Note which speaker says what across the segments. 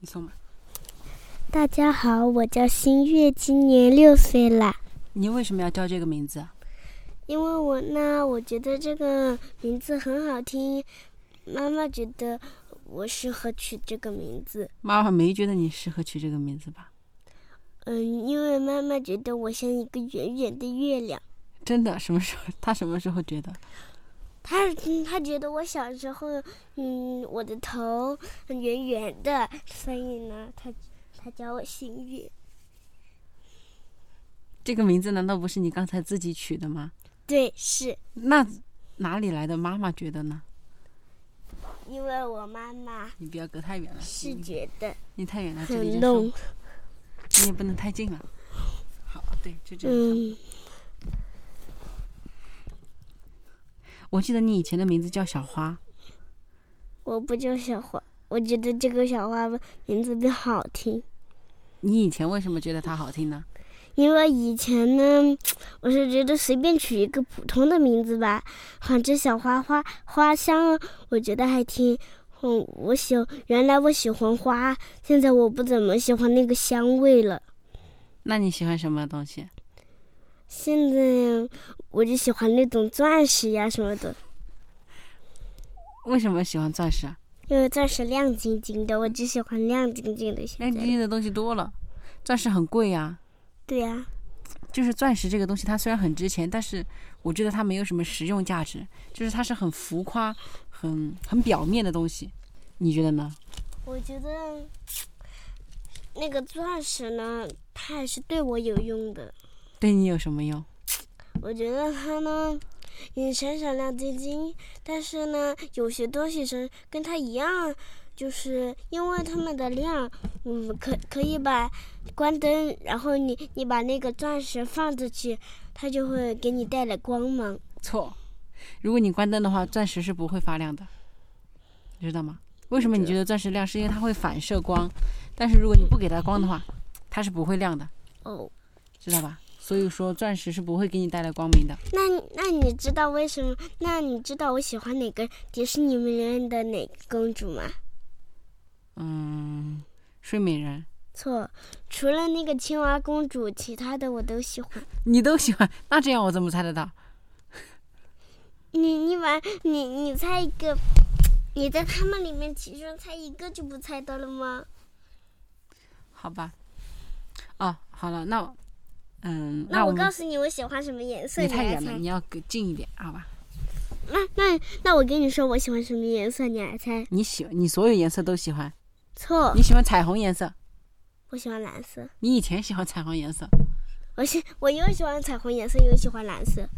Speaker 1: 你送吧。
Speaker 2: 大家好，我叫新月，今年六岁啦。
Speaker 1: 你为什么要叫这个名字啊？
Speaker 2: 因为我呢，我觉得这个名字很好听，妈妈觉得我适合取这个名字。
Speaker 1: 妈妈没觉得你适合取这个名字吧？
Speaker 2: 嗯，因为妈妈觉得我像一个嗯圆圆的月亮。
Speaker 1: 真的，什么时候 他什么时候觉得？
Speaker 2: 她嗯她觉得我小时候，嗯，我的头圆圆的，所以呢，她她叫我新月。
Speaker 1: 这个名字难道不是你刚才自己取的吗？
Speaker 2: 对，是
Speaker 1: 那哪里来的？妈妈觉得呢？
Speaker 2: 因为我妈妈
Speaker 1: 你不要隔太远了，
Speaker 2: 是觉得
Speaker 1: 你太远了，这里
Speaker 2: 很
Speaker 1: 嗯就说
Speaker 2: 弄，
Speaker 1: 你也不能太近了。好，对，就这样。
Speaker 2: 嗯，
Speaker 1: 我记得你以前的名字叫小花，
Speaker 2: 我不叫小花，我觉得这个小花吧名字比较好听。
Speaker 1: 你以前为什么觉得它好听呢？
Speaker 2: 因为以前呢，我是觉得随便取一个普通的名字吧，反正小花花花香，我觉得还挺。嗯，我喜原来我喜欢花，现在我不怎么喜欢那个香味了。
Speaker 1: 那你喜欢什么东西？
Speaker 2: 现在我就喜欢那种钻石呀什么的，
Speaker 1: 为什么喜欢钻石啊？
Speaker 2: 因为钻石亮晶晶的，我只喜欢亮晶晶的。
Speaker 1: 亮
Speaker 2: 现
Speaker 1: 晶
Speaker 2: 在
Speaker 1: 晶的东西多了，钻石很贵啊呀、
Speaker 2: 对呀、
Speaker 1: 就是钻石这个东西，它虽然很值钱，但是我觉得它没有什么实用价值，就是它是很浮夸、很很表面的东西。你觉得呢？
Speaker 2: 我觉得那个钻石呢，它还是对我有用的。
Speaker 1: 对你有什么用？
Speaker 2: 我觉得它呢，也闪闪亮晶晶，但是呢，有些东西是跟它一样，就是因为它们的亮，嗯，可可以把关灯，然后你你把那个钻石放进去，它就会给你带来光芒。
Speaker 1: 错，如果你关灯的话，钻石是不会发亮的，你知道吗？为什么你觉得钻石亮？是因为它会反射光，但是如果你不给它光的话，它是不会亮的，
Speaker 2: 哦，
Speaker 1: 知道吧？所以说，钻石是不会给你带来光明的。
Speaker 2: 那你那你知道为什么？那你知道我喜欢哪个迪士尼里面的哪个公主吗？
Speaker 1: 嗯，睡美人，
Speaker 2: 错，除了那个青蛙公主，其他的我都喜欢。
Speaker 1: 你都喜欢，那这样我怎么猜得到？
Speaker 2: 你你把你你猜一个，你在他们里面其中猜一个就不猜到了吗？
Speaker 1: 好吧。哦，好了，那我嗯，
Speaker 2: 那
Speaker 1: 我
Speaker 2: 我告
Speaker 1: 们
Speaker 2: 诉你我喜欢什么颜色，
Speaker 1: 你
Speaker 2: 来
Speaker 1: 太远了，
Speaker 2: 猜。
Speaker 1: 你要给近一点，好吧？
Speaker 2: 那那那我跟你说我喜欢什么颜色，你来猜。
Speaker 1: 你喜你所有颜色都喜欢，
Speaker 2: 错
Speaker 1: 你，喜欢彩虹颜色，
Speaker 2: 我喜欢蓝色。
Speaker 1: 你以前喜欢彩虹颜色，
Speaker 2: 我喜我又喜欢彩虹颜色，又喜欢蓝色。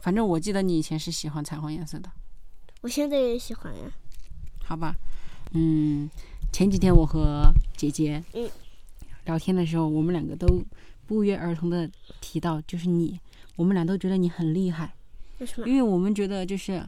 Speaker 1: 反正我记得你以前是喜欢彩虹颜色的，
Speaker 2: 我现在也喜欢啊呀、
Speaker 1: 好吧？嗯，前几天我和姐姐
Speaker 2: 嗯
Speaker 1: 聊天的时候，我们两个都不约而同的提到，就是你，我们俩都觉得你很厉害，
Speaker 2: 为什么？
Speaker 1: 因为我们觉得就是，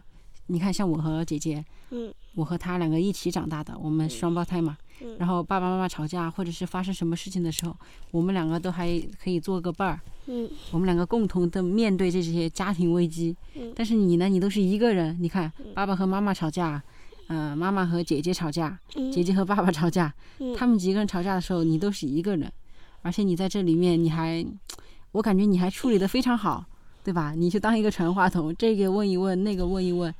Speaker 1: 你看像我和姐姐，
Speaker 2: 嗯，
Speaker 1: 我和她两个一起长大的，我们双胞胎嘛。
Speaker 2: 嗯
Speaker 1: 然后爸爸妈妈吵架或者是发生什么事情的时候，我们两个都还可以做个伴儿，
Speaker 2: 嗯，
Speaker 1: 我们两个共同的面对这些家庭危机。
Speaker 2: 嗯
Speaker 1: 但是你呢，你都是一个人，你看爸爸和妈妈吵架，嗯、妈妈和姐姐吵架，
Speaker 2: 嗯
Speaker 1: 姐姐和爸爸吵架，
Speaker 2: 嗯
Speaker 1: 他们几个人吵架的时候，你都是一个人，而且你在这里面，你还，我感觉你还处理的非常好，对吧？你就当一个传话筒，这个问一问，那个问一问，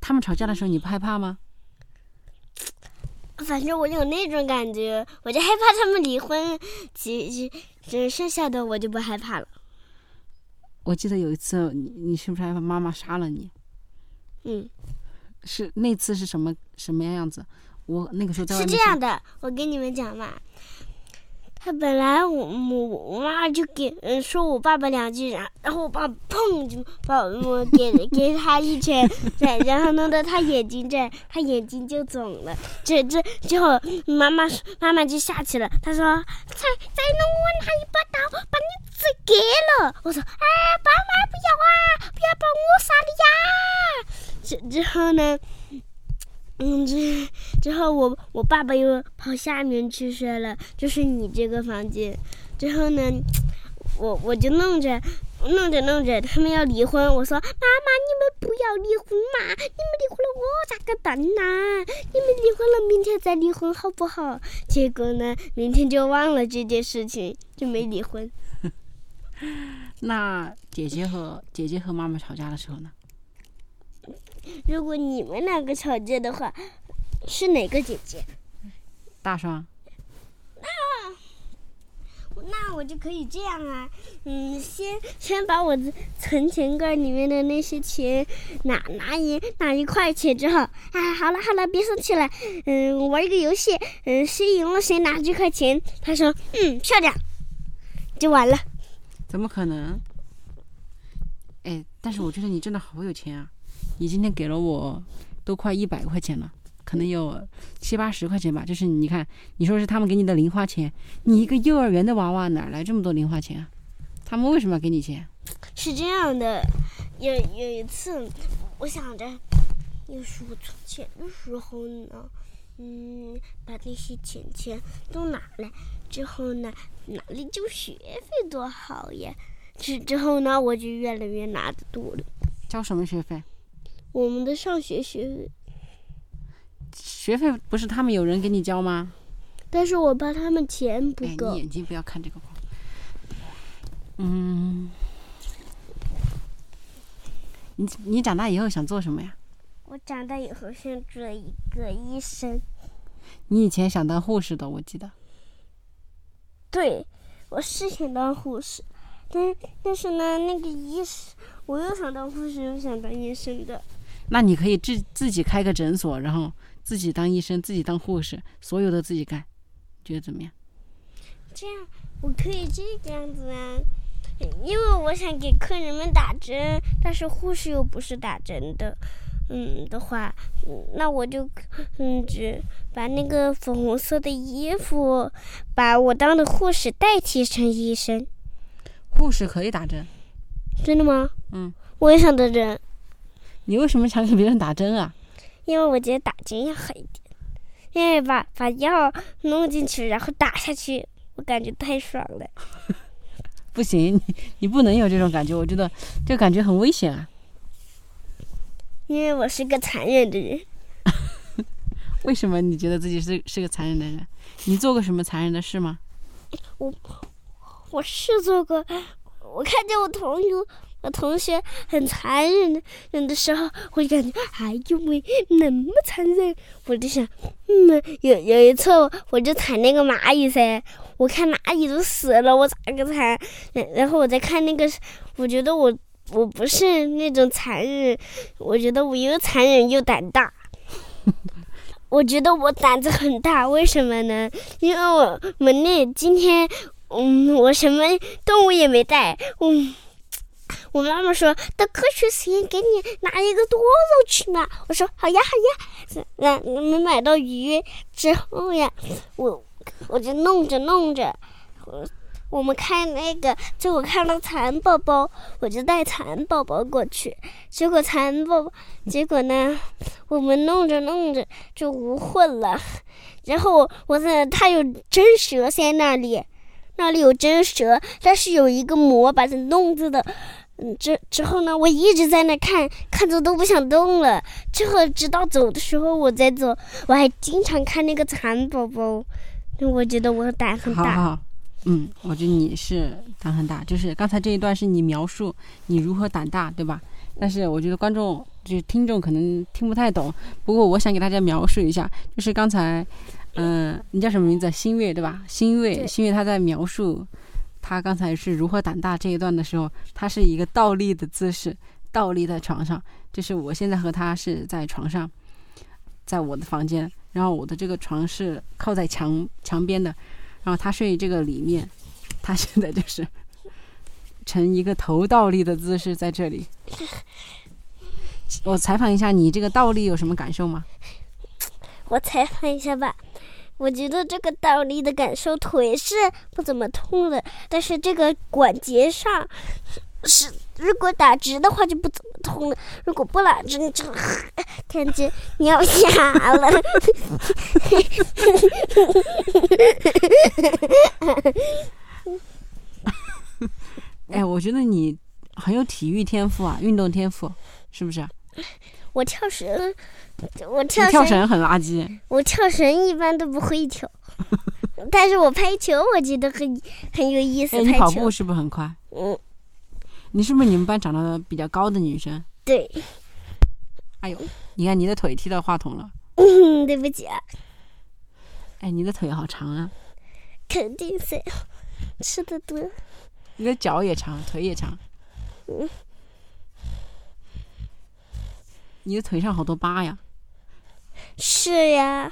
Speaker 1: 他们吵架的时候你不害怕吗？
Speaker 2: 反正我有那种感觉，我就害怕他们离婚，其其只剩下的我就不害怕了。
Speaker 1: 我记得有一次你，你是不是还把妈妈杀了你？
Speaker 2: 嗯。
Speaker 1: 是那次是什么什么样子？我那个时候在外
Speaker 2: 是
Speaker 1: 面
Speaker 2: 这
Speaker 1: 上
Speaker 2: 样的，我跟你们讲嘛，他本来我我我妈就给嗯说我爸爸两句，然然后我爸砰就把我给给他一拳，然然后弄得他眼睛这，他眼睛就肿了。这这之后，妈妈说妈妈就下去了，她说再再弄我拿一把刀把你嘴给了。我说哎，爸妈不要啊，不要把我杀了呀。之之后呢，嗯之。之后我我爸爸又跑下面去睡了，就是你这个房间。之后呢，我我就弄着，弄着弄着，他们要离婚，我说妈妈，你们不要离婚嘛，你们离婚了我咋个办呐？你们离婚了，明天再离婚好不好？结果呢，明天就忘了这件事情，就没离婚。
Speaker 1: 那姐姐和姐姐和妈妈吵架的时候呢？
Speaker 2: 如果你们两个吵架的话，是哪个姐姐？
Speaker 1: 大双，
Speaker 2: 那我就可以这样啊，嗯，先先把我的存钱罐里面的那些钱拿拿一拿一块钱之后，啊，好了好了，别生气了，嗯，玩一个游戏，嗯，谁赢了谁拿这块钱。他说，嗯，漂亮，就完了。
Speaker 1: 怎么可能？哎，但是我觉得你真的好有钱啊！你今天给了我都快一百块钱了，可能有七八十块钱吧。就是你看，你说是他们给你的零花钱，你一个幼儿园的娃娃哪来这么多零花钱啊？他们为什么要给你钱？
Speaker 2: 是这样的，有有一次，我想着，要是我存钱的时候呢，嗯，把那些钱钱都拿来，之后呢，拿来交学费多好呀。之之后呢，我就越来越拿的多了。
Speaker 1: 交什么学费？
Speaker 2: 我们的上学学费，
Speaker 1: 学费不是他们有人给你交吗？
Speaker 2: 但是我怕他们钱不
Speaker 1: 哎，
Speaker 2: 够。
Speaker 1: 你眼睛不要看这个光。嗯，你你长大以后想做什么呀？
Speaker 2: 我长大以后想做一个医生。
Speaker 1: 你以前想当护士的，我记得。
Speaker 2: 对，我是想当护士，但但是呢，那个医生，我又想当护士，又想当医生的。
Speaker 1: 那你可以自自己开个诊所，然后自己当医生，自己当护士，所有的自己干，你觉得怎么样？
Speaker 2: 这样我可以这个样子啊，因为我想给客人们打针，但是护士又不是打针的，嗯的话，嗯那我就嗯只把那个粉红色的衣服，把我当的护士代替成医生，
Speaker 1: 护士可以打针，
Speaker 2: 真的吗？
Speaker 1: 嗯，
Speaker 2: 我也想打针，
Speaker 1: 你为什么想给别人打针啊？
Speaker 2: 因为我觉得打针要狠一点，因为把把药弄进去然后打下去，我感觉太爽了。
Speaker 1: 不行，你你不能有这种感觉，我觉得这感觉很危险啊。
Speaker 2: 因为我是个残忍的人，
Speaker 1: 为什么你觉得自己是是个残忍的人？你做过什么残忍的事吗？
Speaker 2: 我是做过，我看见我同学，我同学很残忍的人的时候，我就感觉哎呦喂，那么残忍，我就想，嗯，有有一次我我就踩那个蚂蚁噻，我看蚂蚁都死了，我咋个踩？然然后我再看那个，我觉得我我不是那种残忍，我觉得我又残忍又胆大。我觉得我胆子很大，为什么呢？因为我们那今天嗯，我什么动物也没带。嗯，我妈妈说到科学实验给你拿一个多肉去嘛。我说好呀好呀。那我们买到鱼之后呀，我我就弄着弄着，我我们看那个，就我看到蚕宝宝，我就带蚕宝宝过去。结果蚕宝宝，结果呢，我们弄着弄着就无混了。然后我在它有真蛇在那里。那里有真蛇，但是有一个魔把它弄住的。嗯，之之后呢，我一直在那看，看着都不想动了。之后直到走的时候我再走，我还经常看那个蚕宝宝，我觉得我胆很
Speaker 1: 好
Speaker 2: 大。
Speaker 1: 好好，嗯，我觉得你是胆很大，就是刚才这一段是你描述你如何胆大，对吧？但是我觉得观众就是听众可能听不太懂，不过我想给大家描述一下，就是刚才，嗯、你叫什么名字？新月对吧？新月，
Speaker 2: 对
Speaker 1: 新月她在描述她刚才是如何胆大这一段的时候，她是一个倒立的姿势，倒立在床上，就是我现在和她是在床上，在我的房间，然后我的这个床是靠在墙墙边的，然后他睡这个里面，他现在就是 呈一个头倒立的姿势在这里。我采访一下你这个倒立有什么感受吗？
Speaker 2: 我采访一下吧。我觉得这个倒立的感受，腿是不怎么痛的，但是这个关节上是，如果打直的话就不怎么痛了，如果不打直，你就感觉你要瞎了。 嗯
Speaker 1: 哎，我觉得你很有体育天赋啊，运动天赋，是不是？
Speaker 2: 我跳绳，我
Speaker 1: 你
Speaker 2: 跳
Speaker 1: 跳
Speaker 2: 绳，
Speaker 1: 绳
Speaker 2: 嗯
Speaker 1: 很垃圾，
Speaker 2: 我跳绳一般都不会跳，但是我拍球我觉得很很有意思
Speaker 1: 哎，。你
Speaker 2: 拍
Speaker 1: 跑
Speaker 2: 球
Speaker 1: 步，是不是很快？
Speaker 2: 嗯，
Speaker 1: 你是不是你们班长得比较高的女生？
Speaker 2: 对，
Speaker 1: 哎呦，你看你的腿踢到话筒了，
Speaker 2: 嗯，对不起啊，
Speaker 1: 哎，你的腿好长啊，
Speaker 2: 肯定是吃的多。
Speaker 1: 你的脚也长，腿也长，
Speaker 2: 嗯
Speaker 1: 你的腿上好多疤呀。
Speaker 2: 是呀，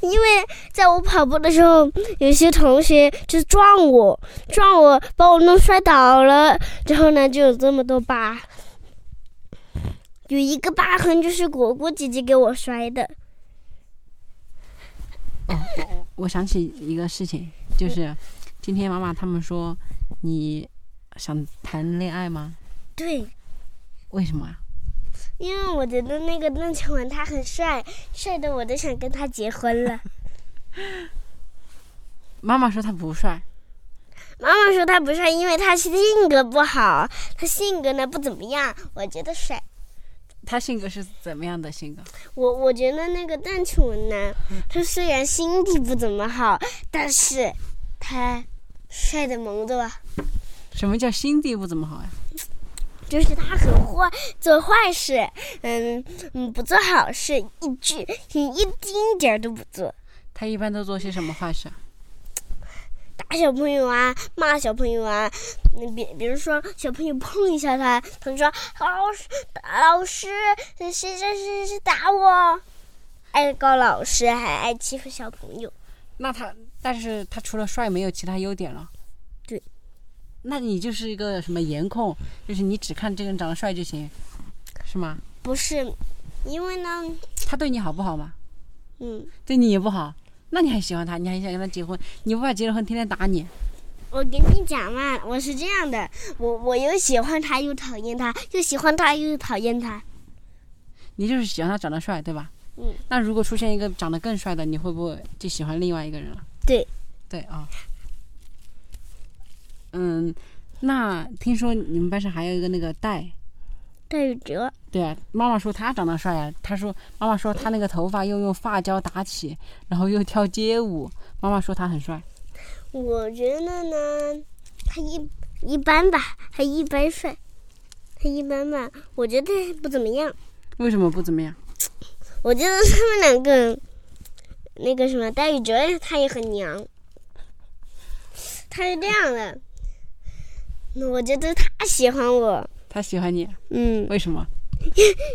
Speaker 2: 因为在我跑步的时候，有些同学就撞我，撞我把我弄摔倒了，之后呢就有这么多疤，有一个疤痕就是果果姐姐给我摔的。
Speaker 1: 我想起一个事情，就是今天妈妈他们说你想谈恋爱吗？
Speaker 2: 对，
Speaker 1: 为什么啊？
Speaker 2: 因为我觉得那个邓乔文他很帅，帅的我都想跟他结婚了。
Speaker 1: 妈妈说他不帅，
Speaker 2: 妈妈说他不帅，因为他性格不好，他性格呢不怎么样，我觉得帅。
Speaker 1: 他性格是怎么样的性格？
Speaker 2: 我我觉得那个邓楚文呢，他虽然心地不怎么好，但是他帅的萌的吧，
Speaker 1: 什么叫心地不怎么好呀、
Speaker 2: 就是他很坏，做坏事，嗯嗯，不做好事，一句一丁点儿都不做，
Speaker 1: 他一般都做些什么坏事啊？
Speaker 2: 打小朋友啊，骂小朋友啊，嗯比比如说小朋友碰一下他，他就说老师老师谁谁谁谁谁打我，爱告老师，还爱欺负小朋友。
Speaker 1: 那他，但是他除了帅没有其他优点了。
Speaker 2: 对。
Speaker 1: 那你就是一个什么颜控，就是你只看这个人长得帅就行，是吗？
Speaker 2: 不是，因为呢，
Speaker 1: 他对你好不好嘛？
Speaker 2: 嗯。
Speaker 1: 对你也不好，那你还喜欢他，你还想跟他结婚？你不怕结了婚天天打你？
Speaker 2: 我跟你讲嘛，我是这样的，我我又喜欢他又讨厌他，又喜欢他又讨厌他。
Speaker 1: 你就是喜欢他长得帅，对吧？
Speaker 2: 嗯。
Speaker 1: 那如果出现一个长得更帅的，你会不会就喜欢另外一个人了？
Speaker 2: 对。
Speaker 1: 对啊、嗯，那听说你们班上还有一个那个戴，
Speaker 2: 戴宇哲，
Speaker 1: 对啊，妈妈说他长得帅啊。他说妈妈说他那个头发又用发胶打起，然后又跳街舞。妈妈说他很帅。
Speaker 2: 我觉得呢，他一一般吧，他一般帅，他一般吧，我觉得不怎么样。
Speaker 1: 为什么不怎么样？
Speaker 2: 我觉得他们两个，那个什么戴宇哲，他也很娘。他是这样的，我觉得他喜欢我，
Speaker 1: 他喜欢你，
Speaker 2: 嗯。
Speaker 1: 为什么？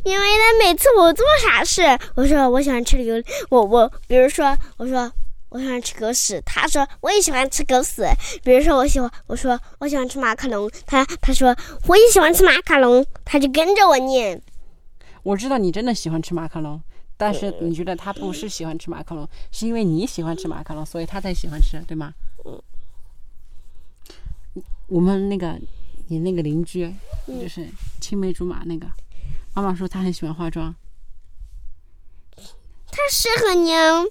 Speaker 2: 因为呢，每次我做啥事，我说我喜欢吃榴，我我比如说我说我喜欢吃狗屎，他说我也喜欢吃狗屎。比如说我喜欢，我说我喜欢吃马卡龙，他他说我也喜欢吃马卡龙，他就跟着我念。
Speaker 1: 我知道你真的喜欢吃马卡龙，但是你觉得他不是喜欢吃马卡龙，是因为你喜欢吃马卡龙，所以他才喜欢吃，对吗？我们那个你那个邻居，就是青梅竹马那个，妈妈说她很喜欢化妆，
Speaker 2: 他是很娘，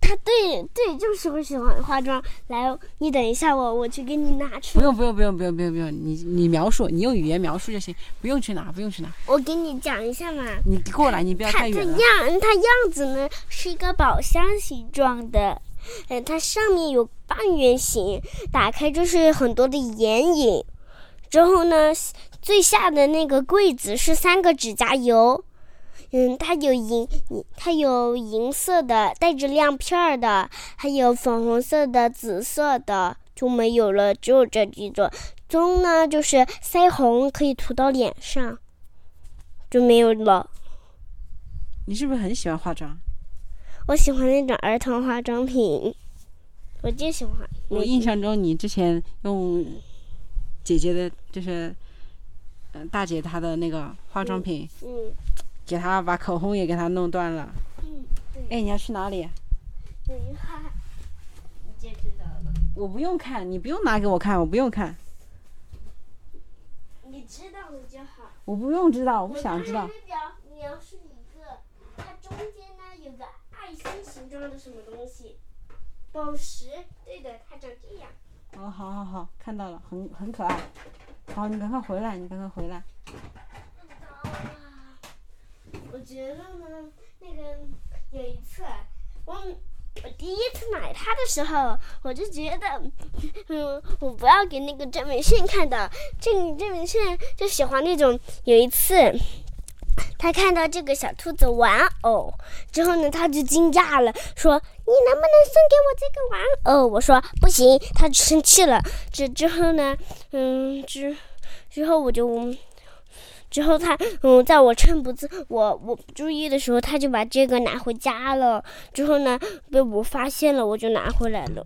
Speaker 2: 他对对就是会喜欢化妆。来，你等一下我，我去给你拿出
Speaker 1: 不，用不用不用不用不用不用，你你描述，你用语言描述就行，不用去拿，不用去拿，
Speaker 2: 我给你讲一下嘛。
Speaker 1: 你过来，你不要
Speaker 2: 它
Speaker 1: 太
Speaker 2: 它
Speaker 1: 远了。
Speaker 2: 样它样子呢是一个宝箱形状的，呃，它上面有半圆形，打开就是很多的眼影，之后呢，最下的那个柜子是三个指甲油。嗯，它有银，它有银色的，带着亮片儿的，还有粉红色的、紫色的，就没有了，只有这几种。棕呢，就是腮红可以涂到脸上，就没有了。
Speaker 1: 你是不是很喜欢化妆？
Speaker 2: 我喜欢那种儿童化妆品，我就喜欢。
Speaker 1: 我印象中你之前用姐姐的，就是嗯大姐她的那个化妆品。
Speaker 2: 嗯，
Speaker 1: 给他把口红也给他弄断了。
Speaker 2: 嗯
Speaker 1: 哎，你要去哪里？
Speaker 2: 等一下，你就知道了。
Speaker 1: 我不用看，你不用拿给我看，我不用看，
Speaker 2: 你知道了就好。
Speaker 1: 我不用知道，我不想知道。
Speaker 2: 表描述一个，它中间呢有个爱心形状的什么东西，宝石。对的，它长这样。
Speaker 1: 哦，好好好，看到了，很很可爱。好，你赶快回来，你赶快回来。
Speaker 2: 我觉得呢，那个有一次，我我第一次买它的时候，我就觉得， 嗯，我不要给那个郑明炫看到，郑郑明炫就喜欢那种。有一次，他看到这个小兔子玩偶之后呢，他就惊讶了，说：“你能不能送给我这个玩偶？”我说：“不行。”他就生气了。之之后呢，嗯，之之后我就。之后他，嗯，在我趁不自我我不注意的时候，他就把这个拿回家了。之后呢，被我发现了，我就拿回来了。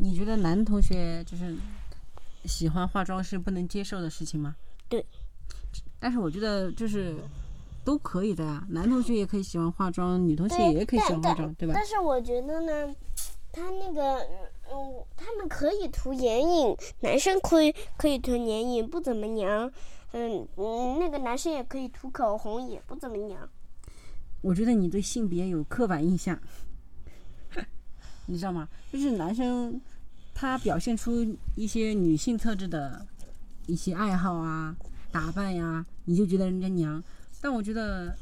Speaker 1: 你觉得男同学就是喜欢化妆是不能接受的事情吗？
Speaker 2: 对。
Speaker 1: 但是我觉得就是都可以的呀、男同学也可以喜欢化妆，女同学也可以喜欢化妆，对吧？
Speaker 2: 但是我觉得呢，他那个，嗯，他们可以涂眼影，男生可以可以涂眼影，不怎么娘。嗯嗯，那个男生也可以涂口红，也不怎么娘。
Speaker 1: 我觉得你对性别有刻板印象，你知道吗？就是男生他表现出一些女性特质的一些爱好啊、打扮呀、你就觉得人家娘。但我觉得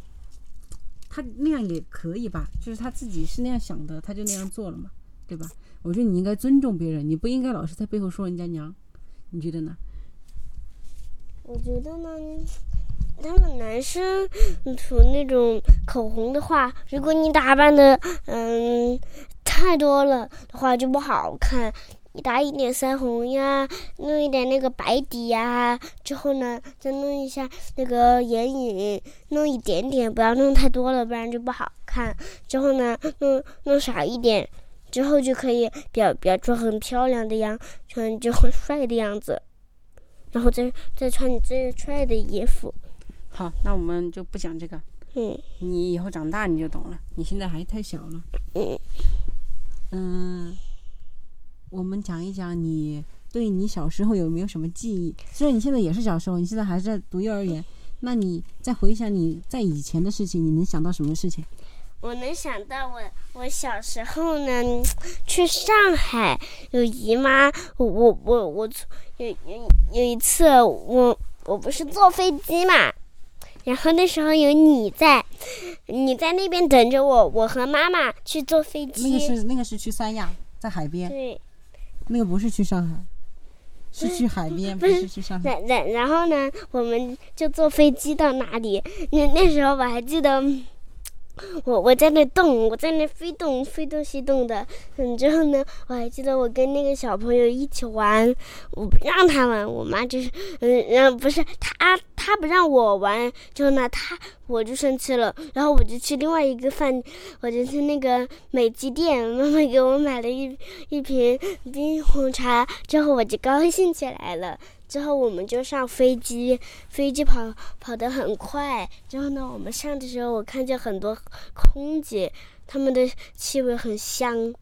Speaker 1: 他那样也可以吧，就是他自己是那样想的，他就那样做了嘛，对吧？我觉得你应该尊重别人，你不应该老是在背后说人家娘，你觉得呢？
Speaker 2: 我觉得呢，他们男生涂那种口红的话，如果你打扮的嗯太多了的话，就不好看。你打一点腮红呀，弄一点那个白底呀，之后呢，再弄一下那个眼影，弄一点点，不要弄太多了，不然就不好看。之后呢，弄弄少一点，之后就可以表表出很漂亮的样，嗯，就很帅的样子。然后再再穿你最帅的衣服。
Speaker 1: 好，那我们就不讲这个，
Speaker 2: 嗯
Speaker 1: 你以后长大你就懂了，你现在还太小了。
Speaker 2: 嗯，
Speaker 1: 嗯，我们讲一讲你对你小时候有没有什么记忆？虽然你现在也是小时候，你现在还是在读幼儿园，那你再回想你在以前的事情，你能想到什么事情？
Speaker 2: 我能想到我我小时候呢，去上海有姨妈，我我我我有有有一次我我不是坐飞机嘛。然后那时候有你在，你在那边等着我，我和妈妈去坐飞
Speaker 1: 那个
Speaker 2: 机。
Speaker 1: 是那个是去三亚，在海边，
Speaker 2: 对，
Speaker 1: 那个不是去上海，是去海边，不
Speaker 2: 不是
Speaker 1: 是去上海。
Speaker 2: 然然然后呢，我们就坐飞机到哪里？那那时候我还记得，我我在那动，我在那飞动，飞动西动的。嗯，之后呢，我还记得我跟那个小朋友一起玩，我不让他玩，我妈就是，嗯，然后不是他他不让我玩，之后呢，他我就生气了，然后我就去另外一个饭，我就去那个美极店，妈妈给我买了一一瓶冰红茶，之后我就高兴起来了。之后我们就上飞机，飞机跑跑得很快。之后呢，我们上的时候，我看见很多空姐，她们的气味很香。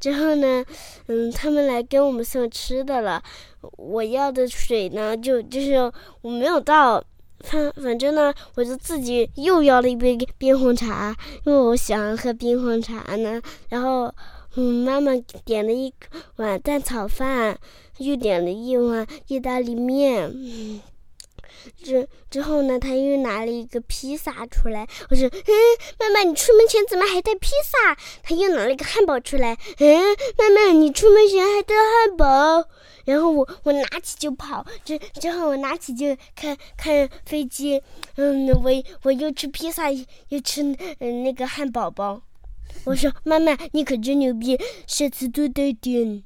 Speaker 2: 之后呢，嗯，他们来给我们送吃的了。我要的水呢，就就是我没有到。反反正呢，我就自己又要了一杯冰红茶，因为我喜欢喝冰红茶呢。然后，嗯，妈妈点了一碗蛋炒饭，又点了一碗意大利面。嗯之之后呢，他又拿了一个披萨出来，我说：“嗯，妈妈，你出门前怎么还带披萨？”他又拿了一个汉堡出来，嗯，妈妈，你出门前还带汉堡。然后我我拿起就跑，之之后我拿起就看看飞机，嗯，我我又吃披萨又吃嗯那个汉堡包，我说妈妈你可真牛逼，下次多带点。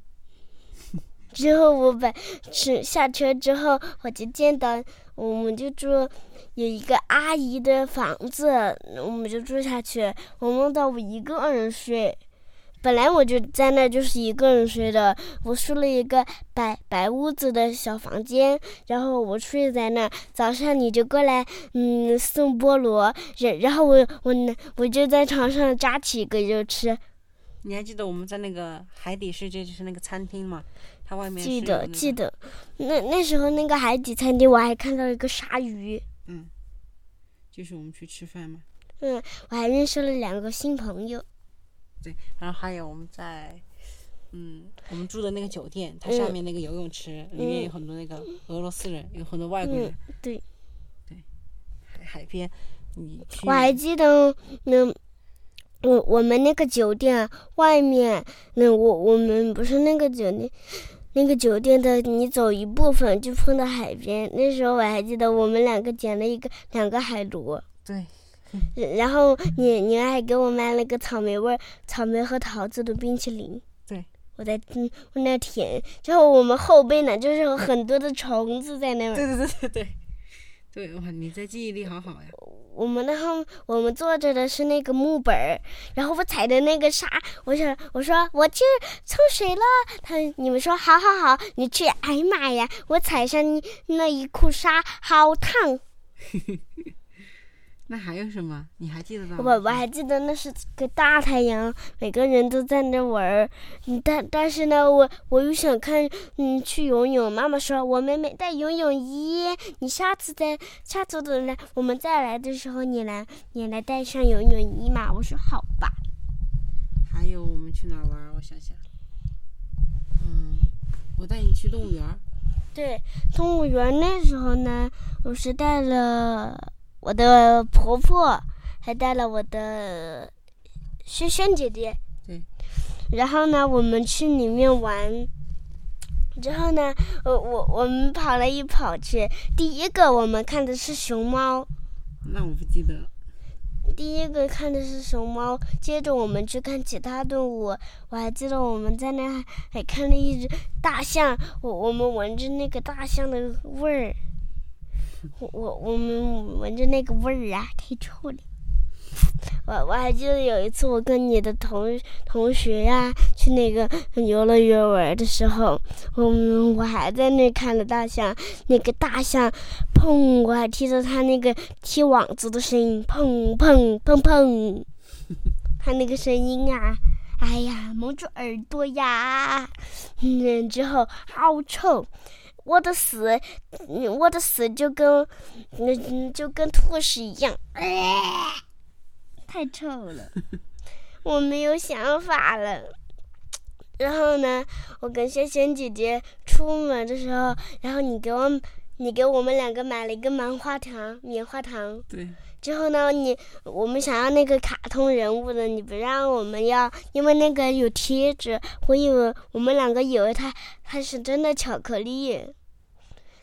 Speaker 2: 之后我把车下车之后，我就见到我们就住有一个阿姨的房子，我们就住下去。我梦到我一个人睡，本来我就在那就是一个人睡的，我睡了一个白白屋子的小房间，然后我睡在那。早上你就过来，嗯，送菠萝，然然后我我拿我就在床上扎起一个就吃，
Speaker 1: 你还记得我们在那个海底世界，就是那个餐厅嘛？它外面
Speaker 2: 记
Speaker 1: 是有
Speaker 2: 得
Speaker 1: 那
Speaker 2: 记
Speaker 1: 个
Speaker 2: 得，那那时候那个海底餐厅我还看到一个鲨鱼，
Speaker 1: 嗯，就是我们去吃饭嘛。
Speaker 2: 我还认识了两个新朋友。
Speaker 1: 对，然后还有我们在嗯，我们住的那个酒店，它
Speaker 2: 嗯
Speaker 1: 上面那个游泳池、里面有很多那个俄罗斯人，有很多外国人。
Speaker 2: 嗯对
Speaker 1: 对，海边，你去
Speaker 2: 我还记得，嗯，我我们那个酒店外面，那我我们不是那个酒店，那个酒店的你走一部分就碰到海边。那时候我还记得，我们两个捡了一个两个海螺，
Speaker 1: 对
Speaker 2: 然然后你你还给我买了个草莓味儿、草莓和桃子的冰淇淋。
Speaker 1: 对，
Speaker 2: 我在嗯我那舔，然后我们后背呢就是有很多的虫子在那边。
Speaker 1: 对对对对对对，哇，你这记忆力好好呀！
Speaker 2: 我们那后我们坐着的是那个木板儿，然后我踩的那个沙，我想我说我去冲水了，他你们说好好好，你去，哎呀妈呀，我踩上你那一裤沙，好烫！
Speaker 1: 那还有什么？你还记得到吗？
Speaker 2: 我我还记得那是个大太阳，每个人都在那玩儿，嗯但但是呢，我我又想看嗯去游泳，妈妈说我们没带游泳衣，你下次再下次等来我们再来的时候，你来你来带上游泳衣嘛，我说好吧。
Speaker 1: 还有我们去哪儿玩儿？我想想，嗯，我带你去动物园儿。
Speaker 2: 对，动物园那时候呢，我是带了我的婆婆，还带了我的萱萱姐姐。
Speaker 1: 对。
Speaker 2: 然后呢，我们去里面玩。之后呢，我我我们跑了一跑去。第一个我们看的是熊猫，
Speaker 1: 那我不记得了。
Speaker 2: 第一个看的是熊猫，接着我们去看其他动物。我还记得我们在那还还看了一只大象，我我们闻着那个大象的味儿，我我我们闻着那个味儿啊，太臭了。我我还记得有一次，我跟你的同同学呀、去那个游乐园玩的时候，我们我还在那看了大象，那个大象砰！我还听着它那个踢网子的声音，砰砰砰砰， 它那个声音啊，哎呀，蒙住耳朵呀，嗯，之后好臭，我的屎，嗯我的屎就跟，嗯，就跟兔屎一样，哎，太臭了，我没有想法了。然后呢，我跟萱萱姐姐出门的时候，然后你给我，你给我们两个买了一个棉花糖，棉花糖。
Speaker 1: 对，
Speaker 2: 之后呢，你我们想要那个卡通人物的，你不让我们要，因为那个有贴纸，我以为我们两个以为它它是真的巧克力。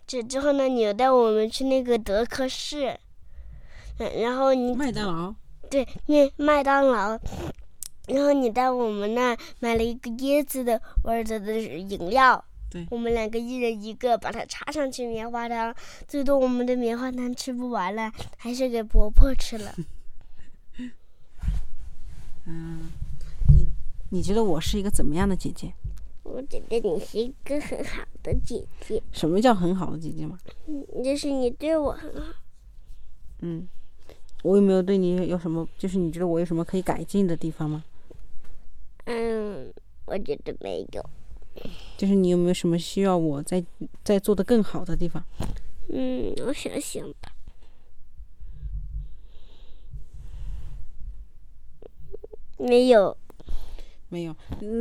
Speaker 2: 这之后呢，你又带我们去那个德克士，嗯，然后你
Speaker 1: 麦当劳。
Speaker 2: 对面麦当劳，然后你到我们那儿买了一个椰子的味儿的的饮料，
Speaker 1: 对
Speaker 2: 我们两个一人一个，把它插上去棉花糖，最多我们的棉花糖吃不完了，还是给婆婆吃了。
Speaker 1: 嗯，你你觉得我是一个怎么样的姐姐？
Speaker 2: 我觉得你是一个很好的姐姐，
Speaker 1: 什么叫很好的姐姐嘛？
Speaker 2: 就是你对我很好。
Speaker 1: 嗯，我有没有对你有什么？就是你觉得我有什么可以改进的地方吗？
Speaker 2: 嗯，我觉得没有。
Speaker 1: 就是你有没有什么需要我再再做的更好的地方？
Speaker 2: 嗯，我想想吧。没有。
Speaker 1: 没有，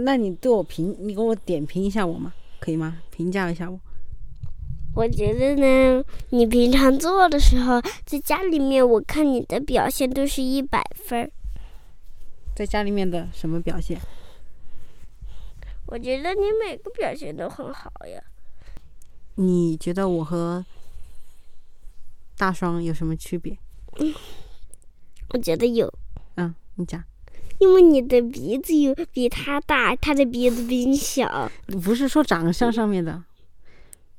Speaker 1: 那你对我评，你给我点评一下我嘛，可以吗？评价一下我。
Speaker 2: 我觉得呢，你平常做的时候，在家里面，我看你的表现都是一百分儿。
Speaker 1: 在家里面的什么表现？
Speaker 2: 我觉得你每个表现都很好呀。
Speaker 1: 你觉得我和大双有什么区别？
Speaker 2: 我觉得有，
Speaker 1: 嗯，你讲，
Speaker 2: 因为你的鼻子有比他大，他的鼻子比你小。
Speaker 1: 不是说长相上面的，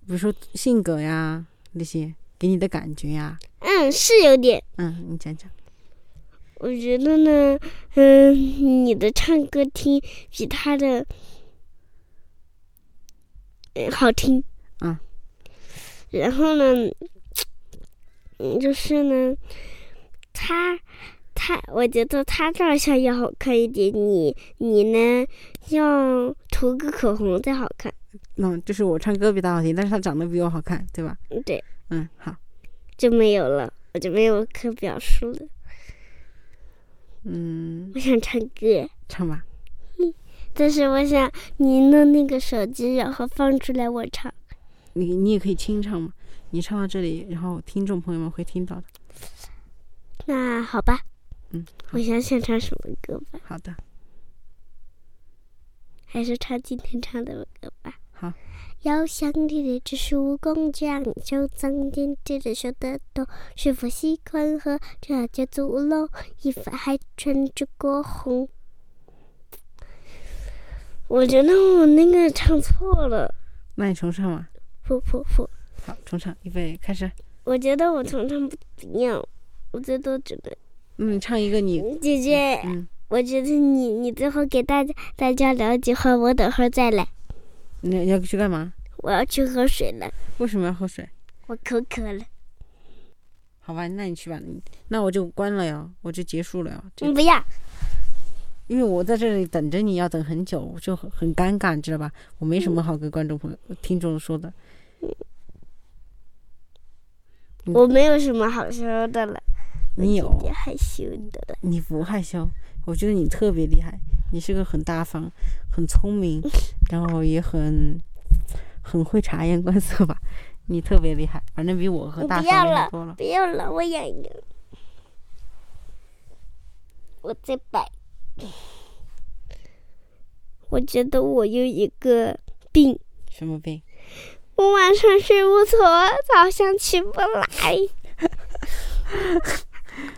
Speaker 1: 比如说性格呀那些，给你的感觉呀，
Speaker 2: 嗯，是有点。
Speaker 1: 嗯，你讲讲。
Speaker 2: 我觉得呢，嗯，你的唱歌听比他的，嗯，好听。
Speaker 1: 嗯。
Speaker 2: 然后呢，嗯，就是呢，他他，我觉得他照相要好看一点，你你呢要涂个口红再好看。
Speaker 1: 嗯，就是我唱歌比他好听，但是他长得比我好看，对吧？
Speaker 2: 嗯，对，
Speaker 1: 嗯，好，
Speaker 2: 就没有了，我就没有可表述了。
Speaker 1: 嗯，
Speaker 2: 我想唱歌。
Speaker 1: 唱吧。
Speaker 2: 但是我想你弄那个手机，然后放出来我唱。
Speaker 1: 你你也可以清唱嘛，你唱到这里，然后听众朋友们会听到的。
Speaker 2: 那好吧，
Speaker 1: 嗯，好
Speaker 2: 我想想唱什么歌吧，
Speaker 1: 好的，
Speaker 2: 还是唱今天唱的歌吧。
Speaker 1: 好。
Speaker 2: 要想你的只是蜈蚣，这样就脏点，只能说得懂。是否喜欢喝，这叫足喽。衣服还穿着过红。我觉得我那个唱错了，
Speaker 1: 那你重唱嘛。
Speaker 2: 不不不，
Speaker 1: 好，重唱，预备开始。
Speaker 2: 我觉得我重唱不一样，我觉得我只能
Speaker 1: 嗯，你唱一个你，
Speaker 2: 姐姐。
Speaker 1: 嗯，
Speaker 2: 我觉得你你最后给大家大家聊几话，我等会儿再来。
Speaker 1: 你你要去干嘛？
Speaker 2: 我要去喝水了，
Speaker 1: 为什么要喝水？
Speaker 2: 我口渴了。
Speaker 1: 好吧，那你去吧，你那我就关了哟，我就结束了哟。这
Speaker 2: 你不要，
Speaker 1: 因为我在这里等着你，要等很久，我就很很尴尬，你知道吧？我没什么好跟观众朋友、听众说的。嗯
Speaker 2: 我没有什么好说的了。
Speaker 1: 你有
Speaker 2: 我有点害羞的了。
Speaker 1: 你不害羞，我觉得你特别厉害，你是个很大方、很聪 明，然后也很很会察言观色吧。你特别厉害，反正比我和
Speaker 2: 你
Speaker 1: 大
Speaker 2: 不要
Speaker 1: 方
Speaker 2: 了
Speaker 1: 人多了。
Speaker 2: 不要了，我痒痒。我在摆。我觉得我有一个病，
Speaker 1: 什么病？
Speaker 2: 我晚上睡不着，早上起不来。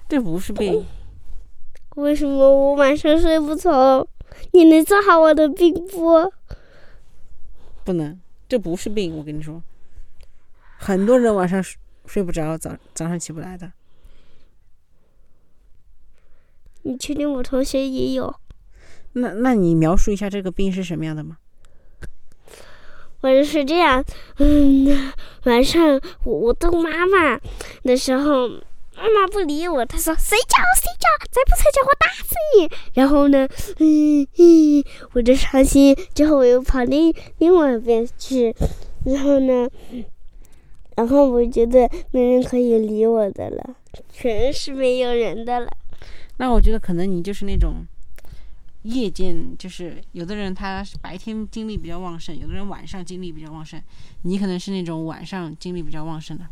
Speaker 1: 这不是病，
Speaker 2: 为什么我晚上睡不着？你能治好我的病不？
Speaker 1: 不能，这不是病。我跟你说，很多人晚上睡睡不着，早早上起不来的。
Speaker 2: 你确定我同学也有？
Speaker 1: 那那你描述一下这个病是什么样的吗？
Speaker 2: 我就是这样，嗯，晚上我我逗妈妈的时候，妈妈不理我，她说睡觉睡觉，再不睡觉我打死你。然后呢，嗯嗯，我就伤心，之后我又跑另另外一边去，然后呢，然后我觉得没人可以理我的了，全是没有人的了。
Speaker 1: 那我觉得可能你就是那种夜间，就是有的人他是白天精力比较旺盛，有的人晚上精力比较旺盛，你可能是那种晚上精力比较旺盛的。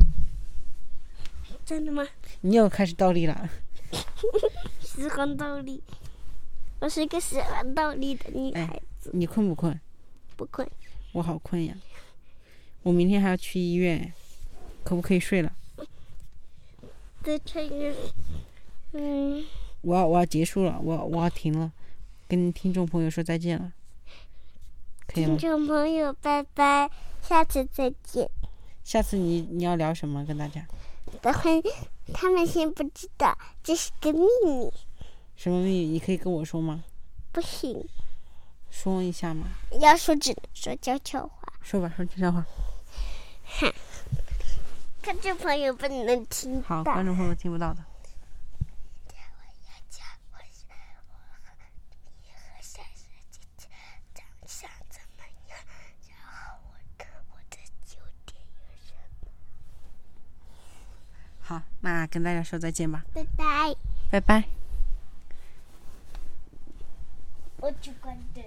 Speaker 2: 真的吗？
Speaker 1: 你又开始倒立了，
Speaker 2: 喜欢倒立，我是一个喜欢倒立的女
Speaker 1: 哎
Speaker 2: 孩，
Speaker 1: 你困不困？
Speaker 2: 不困。
Speaker 1: 我好困呀，我明天还要去医院，可不可以睡了？
Speaker 2: 再穿一个，嗯，
Speaker 1: 我要我要结束了，我要我要停了，跟听众朋友说再见了，可以
Speaker 2: 听
Speaker 1: 吗？
Speaker 2: 众朋友，拜拜，下次再 见。
Speaker 1: 下次你你要聊什么跟大家？
Speaker 2: 等会他们先不知道，这是个秘密，
Speaker 1: 什么秘密？你可以跟我说吗？
Speaker 2: 不行，
Speaker 1: 说一下嘛，
Speaker 2: 要说只能说悄悄话。
Speaker 1: 说吧，说悄悄话。
Speaker 2: 听众朋友不能听
Speaker 1: 好，
Speaker 2: 到。
Speaker 1: 观众朋友听不到的。
Speaker 2: 想怎么样？然后我的我的九点，
Speaker 1: 好，那跟大家说再见吧，
Speaker 2: 拜拜，
Speaker 1: 拜拜。
Speaker 2: 我去关灯。